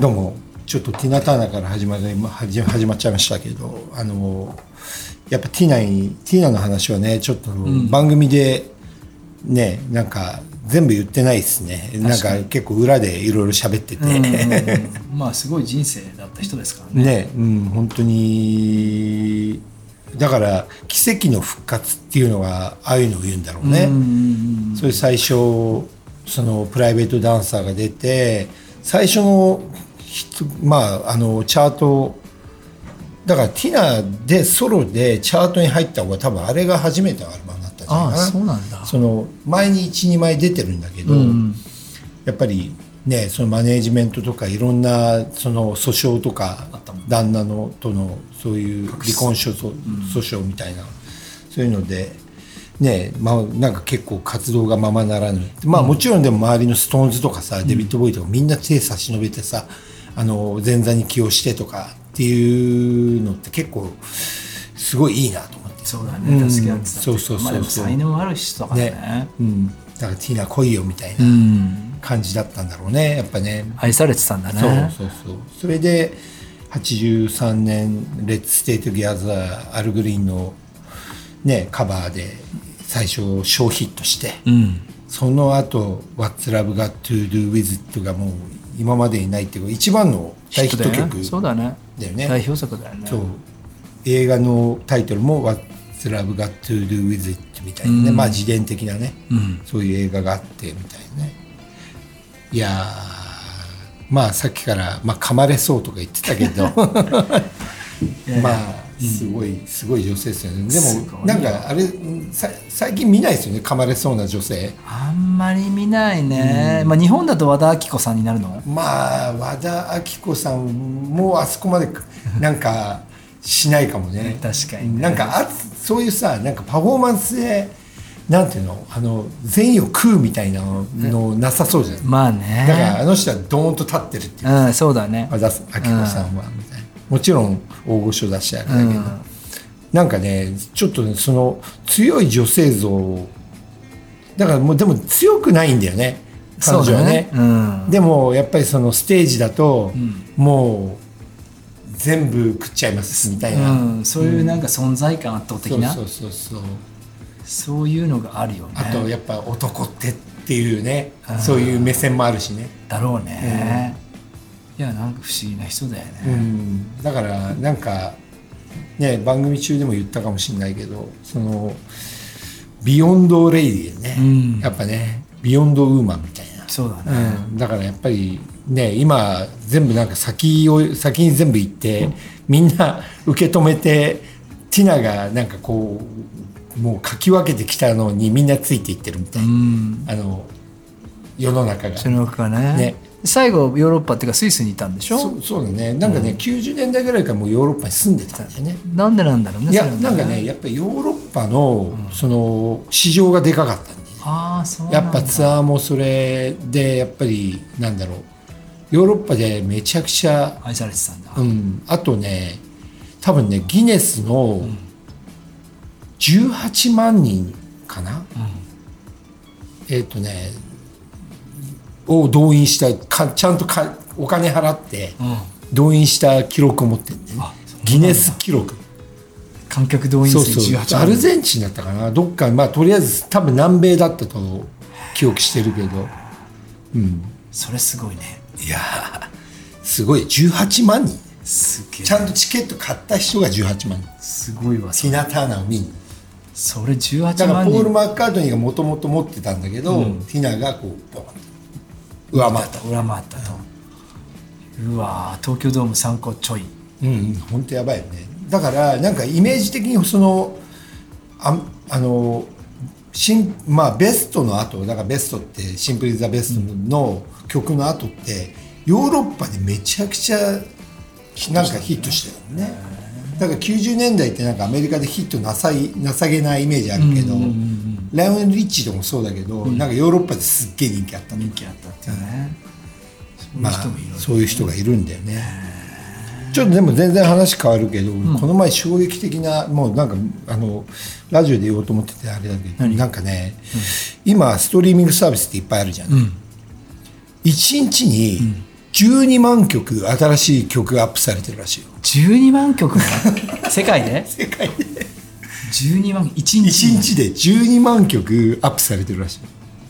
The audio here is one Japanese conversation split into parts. どうもちょっとティナ・ターナから始まりま始ま始まっちゃいましたけどあのやっぱティナにティナの話はねちょっと番組でね、なんか全部言ってないですねなん確かかに結構裏でいろいろ喋ってて、うんまあすごい人生だった人ですか らねね、うん、本当にだから奇跡の復活っていうのがああいうのを言うんだろうね。うんうんそれ最初そのプライベートダンサーが出て最初のひとまああのチャートだからティナでソロでチャートに入った方が多分あれが初めてのアルバムだったんじゃないかなああそうなんだその前に12枚出てるんだけど、うんうんやっぱりねそのマネージメントとかいろんなその訴訟とかあったもん旦那のとのそういう離婚訴訟,、訴訟みたいなそういうので。ねまあ、なんか結構活動がままならぬ、まあ、もちろんでも周りのストーンズとかさ、デビッド・ボーイとかみんな手差し伸べてさあの前座に起用してとかっていうのって結構すごいいいなと思ってそうだうねん助け合ってたっていそうそうそうそうまあでも才能ある人だからねねうん、だからティーナ来いよみたいなうん感じだったんだろうねやっぱね愛されてたんだそうねそうそうそれで83年「レッツ・ステイ・トゥ・ギャザー」アルグリーンの、ね、カバーで最初小ヒットして、うんその後 What's Love Got to Do With It」がもう今までにないっていうか一番の大ヒットだよ曲ねそうだねだよね代表作だよねそう映画のタイトルも「What's Love Got to Do With It」みたいなね、うんまあ自伝的なね、うんそういう映画があってみたいなねいやーまあさっきから、まあ、噛まれそうとか言ってたけ どまあすごいすごい女性ですよねすでごいもよなんかあれさ最近見ないですよね噛まれそうな女性あんまり見ないねまあ日本だと和田アキ子さんになるのまあ和田アキ子さんもあそこまでなんかしないかもね 確かにねなんかあそういうさなんかパフォーマンスでなんていうのあの善意を食うみたいなのなさそうじゃない、まあだからねあの人はドーンと立ってるっていううんそうだね和田明子さんはみたいなもちろん大御所だしあれだけど、うんなんかねちょっとねその強い女性像をだからもうでも強くないんだよね彼そう女だはねねうんでもやっぱりそのステージだと、んもう全部食っちゃいますみたいな、うん、そういうなんか存在感圧倒的な、そうそうそうそうそういうのがあるよねあとやっぱ男ってっていうねあーそういう目線もあるしねだろうね、いやなんか不思議な人だよね、うん、だからなんかね番組中でも言ったかもしれないけどそのビヨンドレイディね、うんやっぱねビヨンドウーマンみたいそうだね、な、うん、だからやっぱりね今全部なんか先を先に全部行ってみんな受け止めてティナがなんかこうもうかき分けてきたのにみんなついていってるみたいな、うんあの世の中が。その他ねね最後ヨーロッパっていうかスイスにいたんでしそょうそうだねなんかね、90年代ぐらいからもうヨーロッパに住んでたんだよね。なんでなんだろうねいやそれはなんかねやっぱヨーロッパのその市場がでかかったんで、ねああそうなんだやっぱツアーもそれでやっぱりなんだろうヨーロッパでめちゃくちゃ愛されてたんだ、うんあとね多分ねギネスの18万人かな、えっ、とねを動員したかちゃんとかお金払ってうん動員した記録を持ってるんだよねあそうなんだギネス記録。観客動員数そう18そう万アルゼンチンだったかなどっかまあとりあえず多分南米だったと記憶してるけどうんそれすごいねいやーすごい18万人すげえちゃんとチケット買った人が18万人すごいわティナ・ターナを見にそれ18万人だからポール・マッカートニーがもともと持ってたんだけど、ティナがこうドーンと上回った裏回ったと、うわー東京ドーム3個ちょいうん本当やばいよねだからなんかイメージ的にそのああの新まあベストの後だからベストってシンプルイズザベストの曲の後ってヨーロッパでめちゃくちゃなんかヒットしてるねだから90年代ってなんかアメリカでヒットなさいなさげないイメージあるけど、ライオン・リッチーとかもそうだけど、なんかヨーロッパですっげえ人気あったね人気あったっていうね、まあそういう人もいるわけそういう人がいるんだよねちょっとでも全然話変わるけど、この前衝撃的なもうなんかあのラジオで言おうと思っててあれだけどなんかね、今ストリーミングサービスっていっぱいあるじゃん、1日に12万曲新しい曲がアップされてるらしいよ12万曲も 世界で世界で12万1 1日に日で12万曲アップされてるらし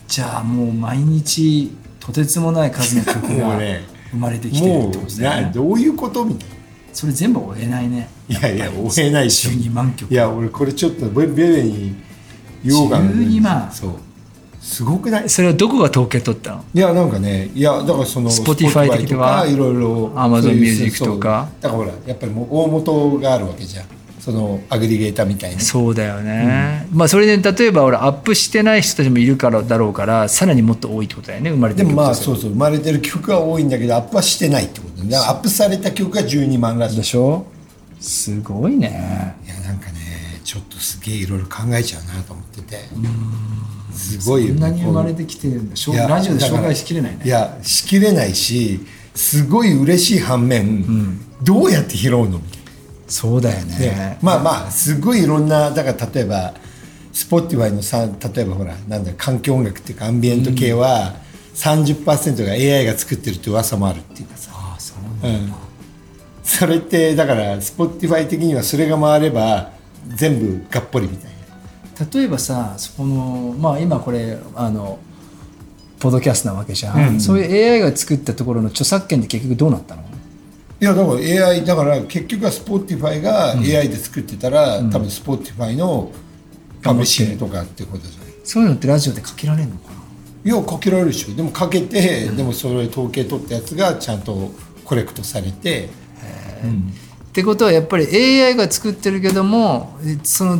じゃあもう毎日とてつもない数の曲 もがうね生まれていきてるっもてことうだよなねどういうことみたいなそれ全部追えないねいやいや追えないでしょ12万曲いや俺これちょっとベベベに言おうかな12万そうすごくないそれはどこが統計取ったのいやなんかねいやだからその Spotify 的に Spotify はとかいろいろ Amazon そういう Music とかそうだからほらやっぱりもう大元があるわけじゃんそのアグリゲーターみたいなそうだよね、まあそれで例えば俺アップしてない人たちもいるからだろうからさらにもっと多いってことだよね生まれてでるもまあ曲としそてうそう生まれてる曲は多いんだけどアップはしてないってことねだからアップされた曲が12万らしいでしょすごいねいやなんかねちょっとすげえいろいろ考えちゃうなと思っててすごいよこんねなに生まれこてきてるんだしょういやラジオでだか紹ら介しきれないねいやしきれないしすごい嬉しい反面、どうやって拾うのみたいなそうだよねまあまあすごいいろんなだから例えば Spotify のさ例えばほらなんだ環境音楽っていうかアンビエント系は、30%が AI が作ってるって噂もあるっていうかさああそううんそれってだから Spotify 的にはそれが回れば全部がっぽりみたい例えばさそこのまあ今これあのポッドキャストなわけじゃん、うんそういう AI が作ったところの著作権って結局どうなったのないやだから AI だから結局は Spotify が AI で作ってたら、多分 Spotify のパブシングとかってことじゃないそういうのってラジオでかけられるのかないやかけられるでしょでもかけて、でもそれ統計取ったやつがちゃんとコレクトされてってことはやっぱり AI が作ってるけどもえその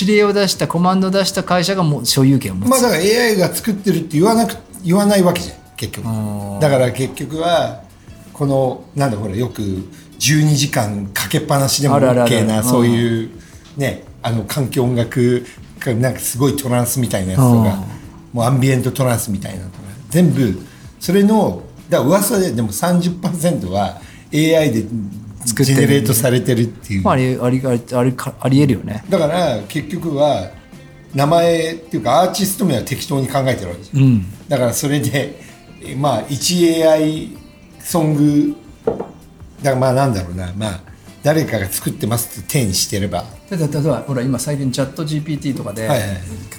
指令を出したコマンドを出した会社がもう所有権を持つ、まあだから AI が作ってるって言わなく言わないわけじゃん結局うんだから結局はこのなんだほらよく12時間かけっぱなしでもあるあるある OK なうんそういうねあの環境音楽かなんかすごいトランスみたいなやつとかもうアンビエントトランスみたいなのとか全部それのだから噂ででも30%は AI で作ってジェるネレートされてるっていうまあ、ありありありありかありえるよねだから結局は名前っていうかアーティスト名は適当に考えてるわけじゃんうんだからそれで、 えまあ、1AI ソングだからまあなんだろうな、まあ、誰かが作ってますって手にしてればだって例えばほら今最近チャット GPT とかで、はいはい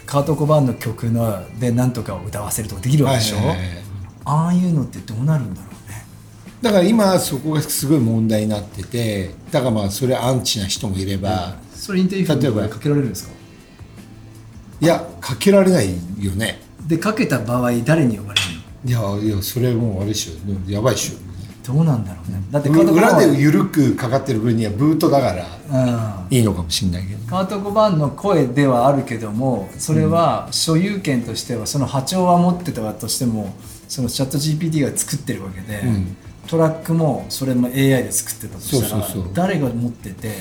カート・コバーンの曲ので何とかを歌わせるとかできるわけでしょ、はいはいはいああいうのってどうなるんだろうねだから今そこがすごい問題になっててだからまあそれアンチな人もいれば、それインテリフェ例えムばにかけられるんですかいやかけられないよねでかけた場合誰に呼ばれるいやいやそれもうあれでしょでもやばいでしょのどうなんだろうねだってカート・コバ裏ーンで緩くかかってる分にはブートだからうんいいのかもしれないけどカート・コバーンの声ではあるけどもそれは所有権としてはその波長は持ってたとしてもそのチャット GPT が作ってるわけで、んトラックもそれも AI で作ってたとしたらそうそうそう誰が持ってて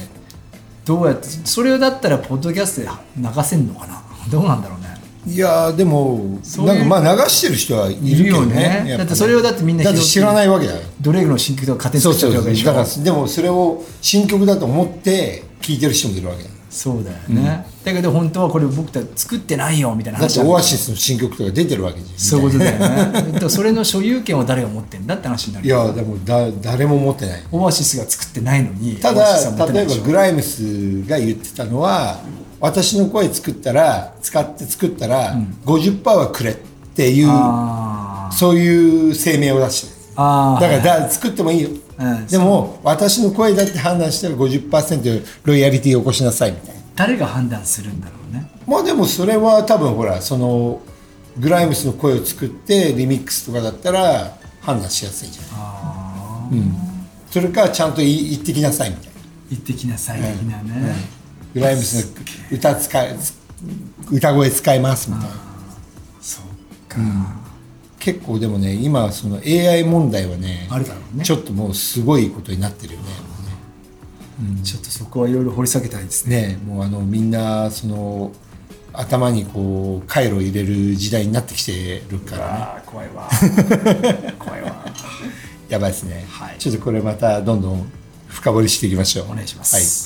どうやってそれをだったらポッドキャストで流せんのかなどうなんだろうねいやーでもそういなうんかまあ流してる人はいるけどいるよねねやぱだってそれをだってみんなだって知らないわけだよドレーグの新曲とか勝手そうに作そっうてるわそけうでしだからょでもそれを新曲だと思って聴いてる人もいるわけだよそうだよね、だけど本当はこれ僕たち作ってないよみたいなだっ話てあるオアシスの新曲とか出てるわけじゃんそういうことだよねだからそれの所有権を誰が持ってんだって話になるよね いやーでもだ誰も持ってないオアシスが作ってないのにたオアシスは持だてな例えいばでしょグライムスが言ってたのは私の声作ったら使って作ったら50%はくれっていうあーそういう声明を出してるあーだからだ作ってもいいよ、うんでも私の声だって判断したら50%ロイヤリティを起こしなさいみたいな誰が判断するんだろうねまあでもそれは多分ほらそのグライムスの声を作ってリミックスとかだったら判断しやすいじゃないああ、それかちゃんと言い言ってきなさいみたいな言ってきなさい的なね、グライムスの歌使い歌声使いますみたいなそう結構でもね今その AI 問題はねあるだろうねちょっともうすごいことになってるよねちょっとそこはいろいろ掘り下げたいですねねもうあのみんなその頭にこう回路入れる時代になってきてるからねああ怖いわ 怖いわ やばいですね、はいちょっとこれまたどんどん深掘りしていきましょうお願いしまはいす、